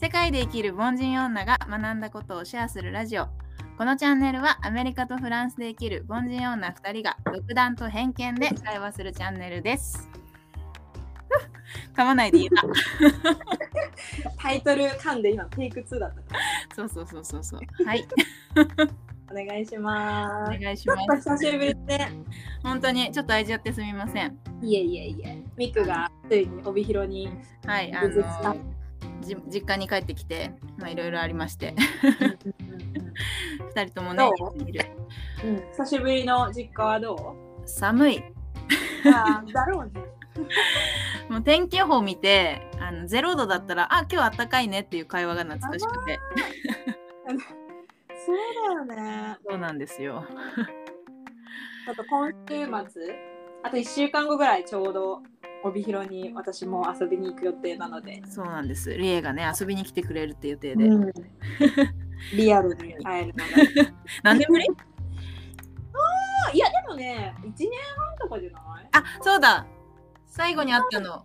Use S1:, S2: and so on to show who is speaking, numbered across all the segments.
S1: 世界で生きる凡人女が学んだことをシェアするラジオこのチャンネルはアメリカとフランスで生きる凡人女2人が独断と偏見で会話するチャンネルですふっ噛まないで言えた
S2: タイトル噛んで今テイク2だったか
S1: そうそうそうそうそうはい
S2: らお願いしま
S1: お
S2: す
S1: 願いし
S2: ちょ
S1: ま
S2: っと
S1: す
S2: 久しぶりですね
S1: 本当にちょっと空いちゃってすみません
S2: いえいえいえミクがついに帯広に
S1: はいあ
S2: 無事した
S1: のじ実家に帰ってきてまあいろいろありまして2人ともね
S2: どう
S1: 家にいる
S2: うん久しぶりの実家はど
S1: 寒いう
S2: ああだろ うね
S1: もう天気予報見てあの0度だったら「あ今日あったかいね」っていう会話が懐かしくて
S2: そうだよね
S1: そうなんですよ
S2: ちょっと今週末あと1週間後ぐらいちょうど帯広に私も遊びに行く予定なので、
S1: そうなんですリエがね遊びに来てくれるっていう予定で、
S2: うん、リアルに会えるのが
S1: 何年ぶり
S2: あ いやでもね1年半とかじゃない
S1: あそうだ最後に会ったの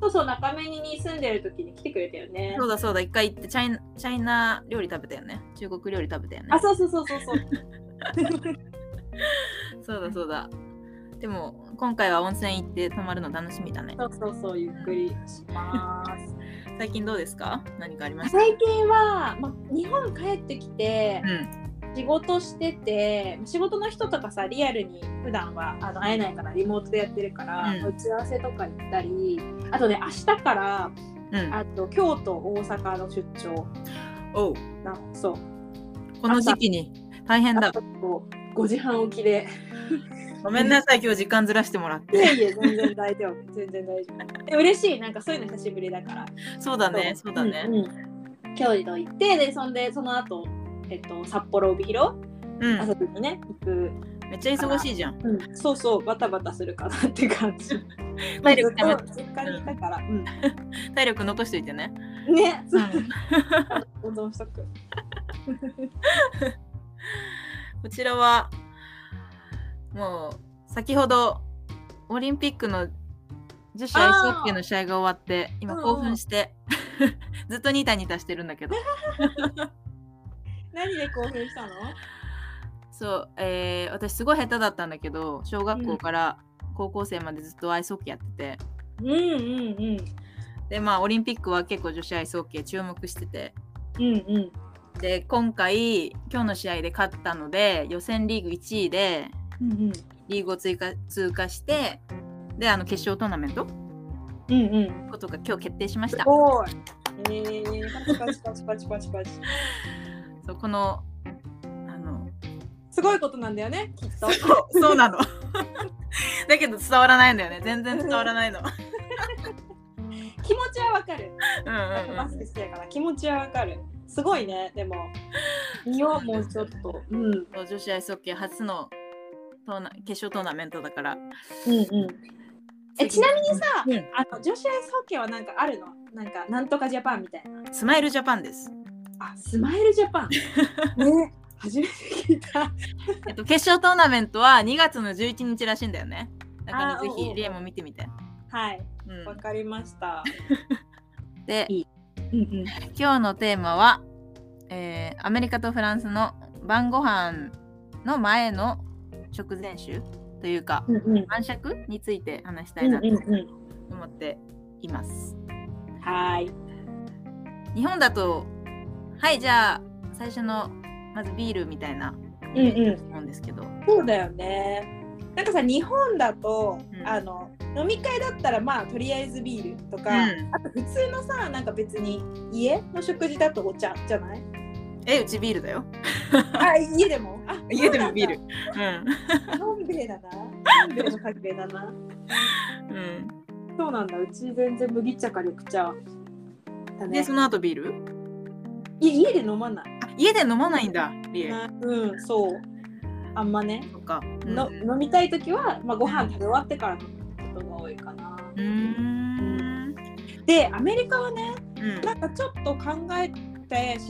S2: そうそう中目に住んでる時に来てくれたよね
S1: そうだそうだ一回行ってチャイナチャイナ料理食べたよね中国料理食べたよね
S2: あそうそうそうそうそう
S1: そうだそうだでも今回は温泉行って泊まるの楽しみだね
S2: そうそうそう、ゆっくりします。
S1: 最近どうですか何かありました
S2: 最近は、ま、日本帰ってきて
S1: う、ん
S2: 仕事してて、仕事の人とかさ、リアルに普段はあの会えないから、リモートでやってるから、
S1: うん
S2: 打ち合わせとか行ったり、あとね、明日から、
S1: うん
S2: あと京都、大阪の出張
S1: おう
S2: なそう。
S1: この時期に大変だ
S2: あと5時半起きで。
S1: ごめんなさい今日時間ずらしてもらっ
S2: い
S1: て
S2: やいや、全然大丈夫。全然大丈夫。え嬉しい、なんかそういうの久しぶりだから。
S1: そうだねそうだね
S2: んうん京都行って、で、そんで、その後、えっと、札幌、帯広
S1: うん、
S2: 遊びにね行く、
S1: めっちゃ忙しいじゃん
S2: そうそうバタバタするかなって感じ
S1: 体力溜
S2: ま
S1: め
S2: あずっと実家にいたから、う
S1: 体力残しといてね、
S2: ん、ね
S1: う、
S2: そうん温存しとく
S1: こちらはもう先ほどオリンピックの女子アイスホッケーの試合が終わって今
S2: うんうん
S1: 興奮して、 ずっとニタニタしてるんだけど
S2: 何で興奮したの
S1: そう、えー私すごい下手だったんだけど小学校から高校生までずっとアイスホッケーやってて
S2: うんうんうん
S1: でまあオリンピックは結構女子アイスホッケー注目してて
S2: うんうん
S1: で今回今日の試合で勝ったので予選リーグ1位で
S2: うん
S1: リーグを追加通過してであの決勝トーナメント
S2: うんうん
S1: ことが今日決定しました。
S2: おーいえー、パチパチパチパチパチパチ
S1: そうこのあ の
S2: すごいことなんだよねきっ
S1: そ
S2: と
S1: うそうなの。 だけど伝わらないんだよね。全然伝わらないの。
S2: 気持ちはわかる
S1: うんうん
S2: バス
S1: うん
S2: ケしてるから気持ちはわかるすごいねでも日本もうちょっとうんうん
S1: そう。女子アイスホッケー初のトーナ決勝トーナメントだから。
S2: うんえちなみにさ、
S1: うん
S2: あの女子アイスホッケーはなんかあるのなんかなんとかジャパンみたいな。
S1: スマイルジャパンです。
S2: あスマイルジャ パン。ね初めて聞いた。
S1: えっと決勝トーナメントは2月の11日らしいんだよね。だか
S2: あ
S1: ら
S2: ー
S1: ぜ
S2: おうお
S1: ひ
S2: う
S1: リエも見てみて。
S2: はいわ
S1: う
S2: かりました。
S1: ん、で
S2: いいうんうん
S1: 今日のテーマは、えーアメリカとフランスの晩ご飯の前の食前酒というか
S2: うんうん
S1: 晩酌について話した
S2: う
S1: い
S2: ん
S1: なと
S2: うんう
S1: 思っています。
S2: ん。はい。
S1: 日本だとはいじゃあ最初のまずビールみたいな
S2: うんうん。
S1: 思うんですけど、
S2: そうだよね。なんかさ日本だと、
S1: うん
S2: あの飲み会だったらまあとりあえずビールとか、
S1: うん
S2: あと普通のさなんか別に家の食事だとお茶じゃない？
S1: えうちビールだよ
S2: あ 家でも。あ
S1: 家でもビール。う
S2: 飲んべえだな。飲んべえの格べだな。
S1: ん、
S2: そうなんだ。うち全然麦茶か緑茶だ
S1: うん、
S2: ね
S1: でそ。の後ビール
S2: い家で飲まない。
S1: あ家で飲まないんだリエ
S2: うん、そう。あんまね。
S1: とかうん
S2: の飲みたい時は、まあ、ご飯食べ終わってから飲むことが多いかな。
S1: うーん
S2: でアメリカはね
S1: うん
S2: なんかちょっと考えて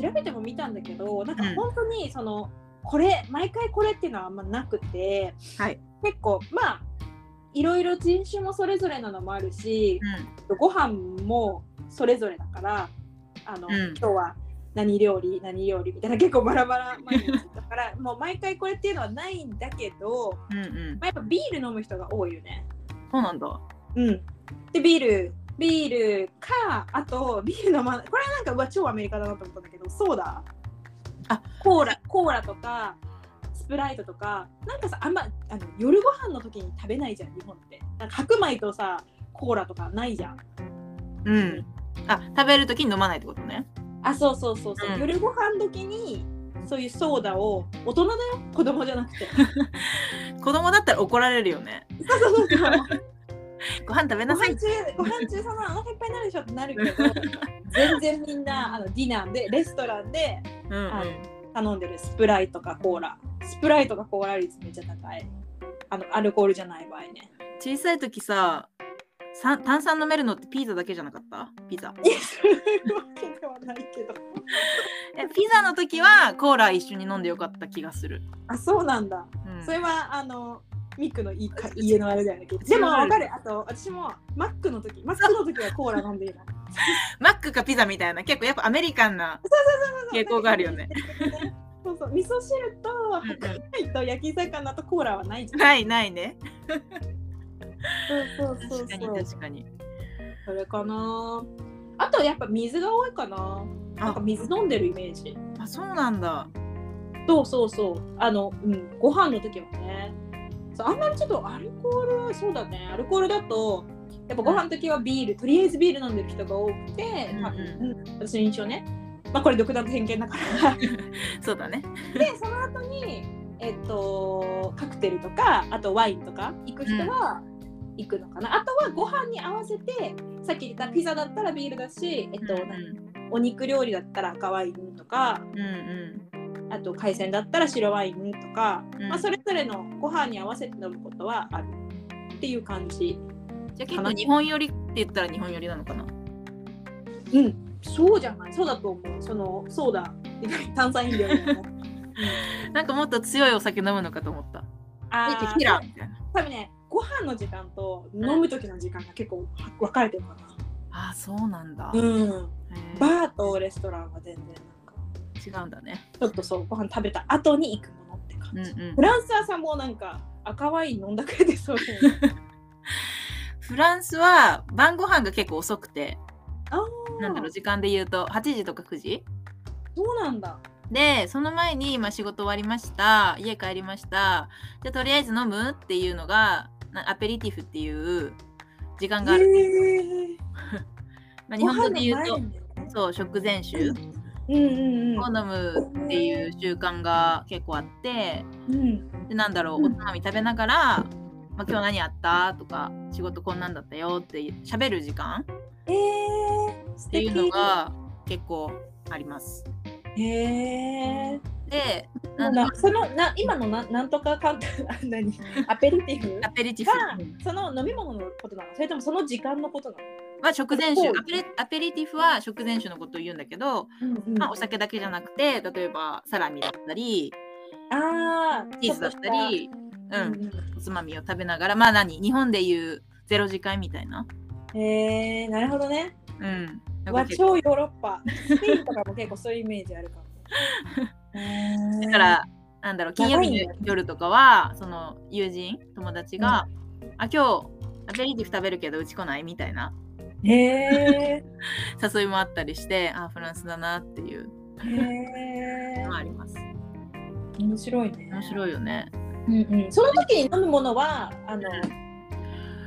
S2: 調べても見たんだけどなんか本当にその、これ毎回これっていうのはあんまなくて
S1: はい
S2: 結構まあいろいろ人種もそれぞれなのもあるし
S1: うん
S2: ご飯もそれぞれだからあの、
S1: うん
S2: 今日は何料理何料理みたいな結構バラバラ毎日だからもう毎回これっていうのはないんだけど、ま
S1: うんうん
S2: あ、やっぱビール飲む人が多いよね。
S1: そうなんだ
S2: うん、でビールビールかあとビール飲まこれはなんかうわ超アメリカだなと思ったんだけどソーダ
S1: あ
S2: コーラコーラとかスプライトとかなんかさあんまあの夜ご飯の時に食べないじゃん日本ってなんか白米とさコーラとかないじゃん
S1: うんあ食べるときに飲まないってことね
S2: あそうそうそうそう、
S1: うん
S2: 夜ご飯時にそういうソーダを大人だよ子供じゃな くて
S1: 子供だったら怒られるよね
S2: そうそうそうそう
S1: ご飯食べ
S2: ご
S1: なさい
S2: 飯中ご飯中そんなお腹いっぱいになるでしょってなるけ ど全然みんなあのディナーでレストランで
S1: うんうん
S2: あ頼んでるスプライトかコーラスプライトかコーラ率めっちゃ高いあのアルコールじゃない場合ね
S1: 小さい時ささ炭酸飲めるのってピザだけじゃなかったピザ
S2: いやそういうわけではないけど
S1: えピザの時はコーラ一緒に飲んでよかった気がする、
S2: あそうなんだ、
S1: うん
S2: それはあのミクのいいか家のあれだよね
S1: ち
S2: でもわかるあと私もマックの時マックの時はコーラ飲んでる
S1: マックかピザみたいな結構やっぱアメリカンな傾向があるよね
S2: そうそう味噌汁と
S1: うんうん
S2: 白米と焼き魚とコーラはないじゃん
S1: ないないね
S2: そうそう
S1: 確
S2: そう
S1: かに
S2: そう
S1: 確かに
S2: それかなあとやっぱ水が多いかななんか
S1: あ
S2: 水飲んでるイメージ
S1: あそうなんだ
S2: そうそうそうあの、うん、ご飯の時はねそうあんまりちょっとアルコールそうだねアルコールだとやっぱご飯の時はビールとりあえずビール飲んでる人が多くて、
S1: うん
S2: まあうん私の印象ねまあこれ独断と偏見だから
S1: そうだね
S2: でその後にえっとカクテルとかあとワインとか行く人は行くのかな、あとはご飯に合わせてさっき言ったピザだったらビールだし、えっと
S1: うん
S2: なんかお肉料理だったら赤ワインとか
S1: うんうん
S2: あと海鮮だったら白ワインとか、
S1: うん
S2: まあ、それぞれのご飯に合わせて飲むことはあるっていう感じ。
S1: じゃあ結構日本寄りって言ったら日本寄りなのかな
S2: うん、そうじゃないそうだと思うそのソーダ炭酸飲料 みたいな
S1: なんかもっと強いお酒飲むのかと思ったえテ
S2: あ
S1: キー
S2: ー
S1: ラみたいな
S2: 多分ねご飯の時間と飲む時の時間が結構分かれてるか
S1: あそうなんだ、
S2: な、う
S1: へ
S2: ん、
S1: ー
S2: バーとレストランは全然なんか
S1: 違うんだね
S2: ちょっとそうご飯食べた後に行くものって感
S1: うんう
S2: じ、
S1: ん
S2: フランスはさもうなんか赤ワイン飲んだくれてそうだよね
S1: フランスは晩ご飯が結構遅くて
S2: あー
S1: なんだろう時間で言うと8時とか9時
S2: そうなんだ
S1: でその前に、まあ、仕事終わりました家帰りましたじゃあとりあえず飲むっていうのがなアペリティフっていう時間がある、
S2: えー
S1: まあ、日本語で言う
S2: ご
S1: と
S2: 飯の前にね
S1: そう食前酒を
S2: うんうんうん
S1: 飲むっていう習慣が結構あって
S2: うん
S1: でなんだろうおつまみ食べながら、まあ、今日何あったとか仕事こんなんだったよっていう喋る時間っ
S2: えー、素
S1: てい
S2: 敵
S1: うのが結構あります。
S2: へえ
S1: で
S2: ー、
S1: な
S2: なんん
S1: だ
S2: だそのな今のななん とかカン何アペリティフ
S1: アペリティフ
S2: がその飲み物のことなのそれともその時間のことな
S1: は食前酒
S2: そう
S1: アペリアペリティフは食前酒のことを言うんだけど、
S2: の、うんうん
S1: まあ、お酒だけじゃなくて例えばサラミだったり
S2: あー
S1: チーズだったり、う、
S2: うんん
S1: おつまみを食べながらまあ何日本でいうゼロ次会みたいな。
S2: うん、へえー、なるほどね
S1: うんなんか
S2: 和
S1: 結構
S2: 超ヨーロッパスペインとかも結構そういうイメージあるかもへ ー
S1: だからなんだろう金曜日
S2: 長い
S1: の
S2: ね
S1: 夜とかはその友人友達が「あ今日アペリティフ食べるけどうち来ない?」みたいな
S2: へえ
S1: 誘いもあったりしてあフランスだなっていう
S2: ー、へ
S1: のは
S2: ー
S1: あります。
S2: 面白いね
S1: 面白いよね。
S2: うんうん、その時に飲むものはあの
S1: う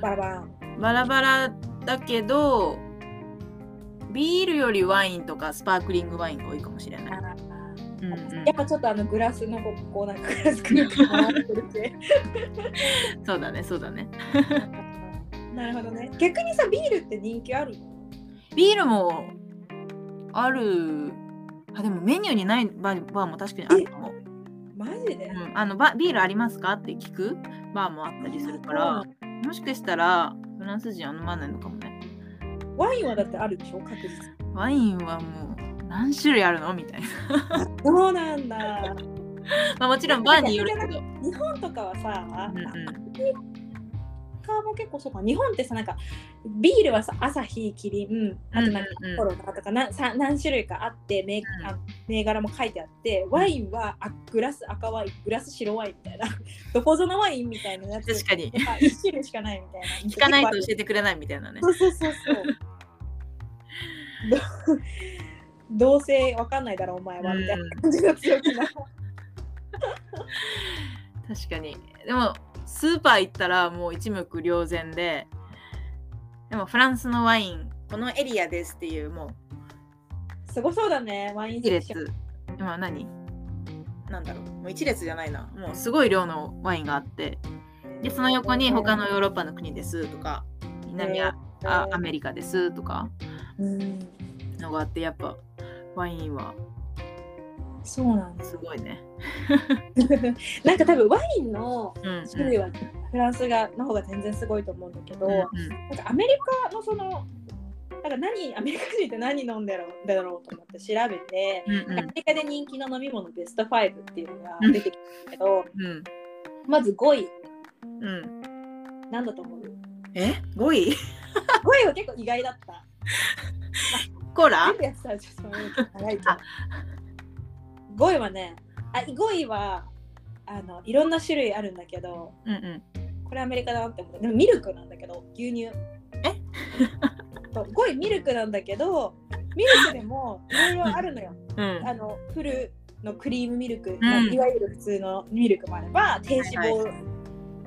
S2: バラバン
S1: バラバラだけどビールよりワインとかスパークリングワインが多いかもしれない。うんうん
S2: やっぱちょっとあのグラスのここうなんかグラスくるくる回ってる 系
S1: そうだねそうだね。
S2: なるほどね逆にさビールって人気あるの
S1: ビールもあるあでもメニューにないバーバーも確かにあるかも。
S2: マジで、
S1: うん、あのバビールありますかって聞くバーもあったりするからもしかしたらフランス人は飲まないのかもね。
S2: ワインはだってあるでしょ確実に
S1: ワインはもう何種類あるのみたい な。
S2: そうなんだ
S1: まあもちろんバーによるけど。
S2: 日本とかはさ、
S1: うんうん
S2: カも結構そうか日本ってさなんかビールはさ朝日キリンあとなんか
S1: うんうんうん
S2: コロナとかなさ何種類かあって銘
S1: うん
S2: あ銘柄も書いてあってワインはあグラス赤ワイングラス白ワインみたいな どこぞのワインみたいなやつ
S1: 確かに
S2: なん一種類しかないみたいな
S1: 聞かないと教えてくれないみたいなね
S2: そうそうそ うそう。 どどうせわかんないだろお前はみたいな感じが強くなる。
S1: 確かにでもスーパー行ったらもう一目瞭然ででもフランスのワインこのエリアですっていうも
S2: すごそうだね、ワイ
S1: う
S2: ン
S1: 一
S2: セクション
S1: 列今何なんだろうもう一列じゃないなもうすごい量のワインがあってでその横に他のヨーロッパの国ですとか南ア,あ、アメリカですとか
S2: うん。
S1: のがあってやっぱワインは
S2: そうなんです
S1: すごいね。
S2: なんか多分ワインの
S1: うんうん
S2: 種類はフランスがの方が全然すごいと思うんだけど、
S1: うんうん
S2: なんかアメリカのそのなんか何アメリカ人って何飲んでるんだろうと思って調べて、
S1: うんうん
S2: アメリカで人気の飲み物ベスト5っていうのが出てきたけど、
S1: うん
S2: まず5位
S1: うん
S2: なんだと思う
S1: え5位
S2: 声は結構意外だった。
S1: コーラ
S2: 全部やってたらちょっと待って長いけど。5位はね、あ5位はあのいろんな種類あるんだけど、
S1: うんうん
S2: これアメリカだなって思う。でもミルクなんだけど、牛乳。
S1: え
S2: そう ?5 位ミルクなんだけど、ミルクでもいろいろあるのよ。
S1: うん
S2: あのフルのクリームミルク、
S1: うん
S2: いわゆる普通のミルクもあれば、低脂肪。
S1: は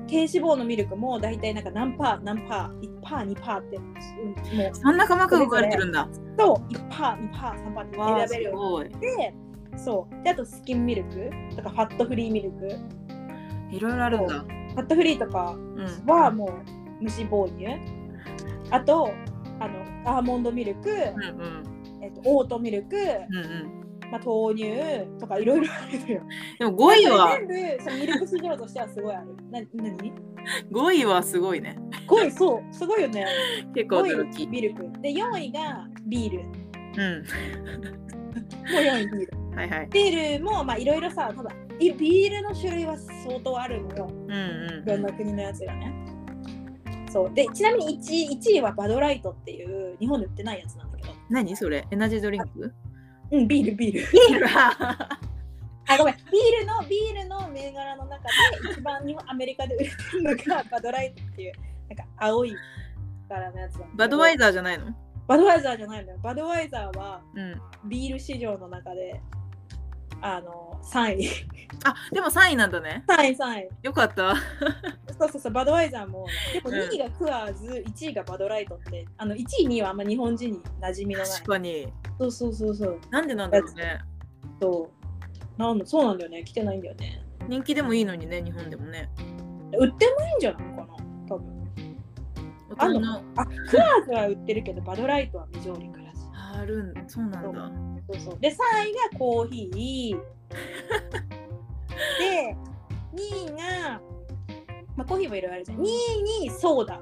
S2: 低脂肪のミルクも大体なんか何パー何パー1パー2パーってうんもう
S1: そんな細かく分かれてるんだ。
S2: と1パー2パー3パー
S1: わあ
S2: って
S1: す
S2: 選べるよ
S1: ごい。
S2: うになってそうであとスキンミルクとかファットフリーミルクフ
S1: いろいろあるんだ。
S2: ァットフリーと
S1: う
S2: か
S1: ん。
S2: はもう無脂肪乳あとあのアーモンドミルク、
S1: うんうん
S2: えっと、オートミルク、
S1: うんうん。
S2: まあ、豆乳とかいろいろあるのよ。
S1: でも5位は
S2: 全部そのミルク市場としてはすごいある。な何
S1: 5位はすごいね。
S2: ?5 位そうすごいよね。
S1: 結構驚
S2: 5位
S1: き。
S2: ミルク。で4位がビール。も
S1: う
S2: う4位ビール。
S1: ん。はいはい。
S2: ビールもまあいろいろさ、ただいビールの種類は相当あるのよ、
S1: うんうん
S2: いろんな国のやつがね。そうでちなみに 1, 位1位はバドライトっていう日本で売ってないやつなんだけど、
S1: 何それエナジードリンク
S2: うん、ビール、ビール。
S1: ビールは
S2: あ、ごめん、ビールのビールの銘柄の中で一番日本アメリカで売れてるのがバドライトっていう、なんか青い柄のやつなんだけど
S1: バドワイザーじゃないの
S2: バドワイザーじゃないのよ。バドワイザーは
S1: うん。
S2: ビール市場の中であの3位、
S1: あでも3位なんだね。
S2: 3位、3位。
S1: よかった。
S2: そうそうそう、バドワイザーも、でも
S1: うん
S2: 2位がクアーズ、1位がバドライトって、あの1位、2位はあんま日本人に馴染みのない。
S1: 確かに。
S2: そうそうそうそう。
S1: なんでなんだろうね。
S2: そうなんそうなんだよね、来てないんだよね。
S1: 人気でもいいのにね、日本でもね。
S2: 売ってないんじゃないかな、多分。
S1: 大人の
S2: あ、クアーズは売ってるけど、バドライトは未上陸らしい。
S1: あるんそうなんだ。
S2: そうそう。で、3位がコーヒー。で、2位が、まあ、コーヒーもいろいろあるじゃん。2位にソーダ。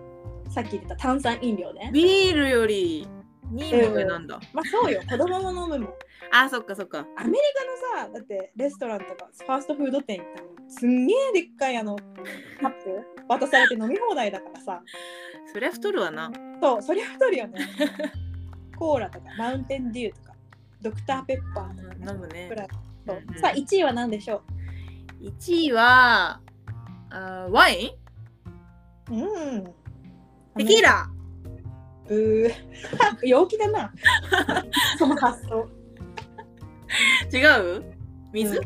S2: さっき言った炭酸飲料ね。
S1: ビールより2位も上なんだ。
S2: まあそうよ、子供も飲むもん。
S1: あ、そっかそっか。
S2: アメリカのさだってレストランとかファーストフード店行ったらすんげえでっかいあのカップ渡されて飲み放題だからさ
S1: そりゃ太るわな。
S2: そうそりゃ太るよねコーラとかマウンテンデューとかドクターペッパーとか
S1: 飲むね
S2: く。らいと
S1: うんうん
S2: さあ1位は何でしょ
S1: 1位はあーワイン
S2: ううん
S1: テキーラ
S2: うー 陽気 だなその発想
S1: 違う水、
S2: うん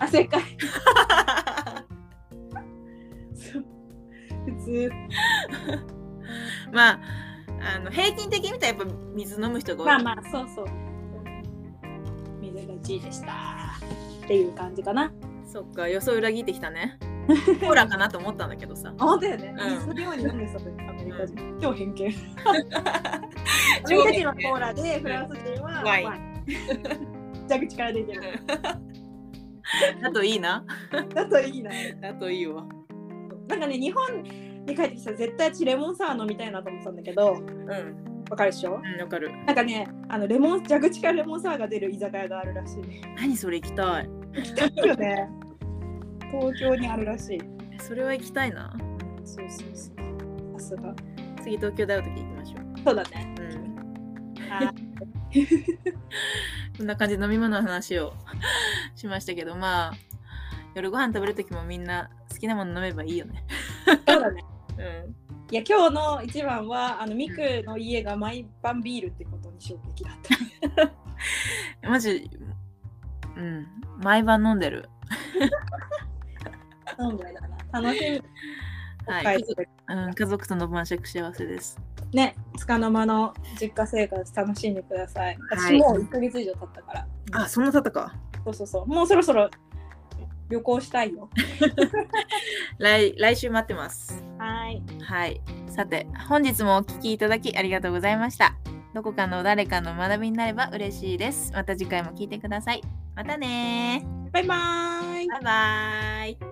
S2: あ正解そう普通
S1: まああの平均的に見たらやっぱ水飲む人が多い、
S2: まあまあそうそう水が1位でしたっていう感じかな
S1: そっか予想裏切ってきた ねコーラかなと思ったんだけどさ
S2: あ本当だよね
S1: うん
S2: 水のように飲んでそうだよアメリカ人 超偏見アメ
S1: 超
S2: リ
S1: 偏
S2: カ人
S1: 見
S2: はコーラでフランス人は
S1: ワイン
S2: ン 蛇口から出てる
S1: だといいな
S2: だといいな
S1: だといいわ
S2: なんかね日本に帰ってきたら絶対私レモンサワー飲みたいなと思ってたんだけど
S1: うんうん
S2: わかるでしょ
S1: わかる
S2: なんかねあのレモン蛇口からレモンサワーが出る居酒屋があるらしいね
S1: 何それ行きたい
S2: いいよね 東京にあるらしい
S1: それは行きたいな
S2: そうそうそう。さすが。
S1: 次東京大学行きましょう。
S2: そうだね。
S1: うん。
S2: あ
S1: こんな感じで飲み物の話を しましたけど、まあ、夜ご飯食べるときもみんな好きなもの飲めばいいよね。
S2: そうだね。
S1: うん。
S2: いや今日の一番はあのミクの家が毎晩ビールってことに衝撃だった。
S1: マジ、うん。毎晩飲んでる。
S2: 飲んだな。楽しみ。
S1: はい。うん、家族との晩酌幸せです。
S2: ね、つかの間の実家生活楽しんでください。私
S1: はい
S2: もう1ヶ月以上経ったから。
S1: あ、そんなたったか。
S2: そうそうそう。もうそろそろ旅行したいよ。
S1: 来、来週待ってます。
S2: はい。
S1: はい。さて、本日もお聞きいただきありがとうございました。どこかの誰かの学びになれば嬉しいです。また次回も聞いてください。またね
S2: バイバーイ。
S1: ー。バイバーイ。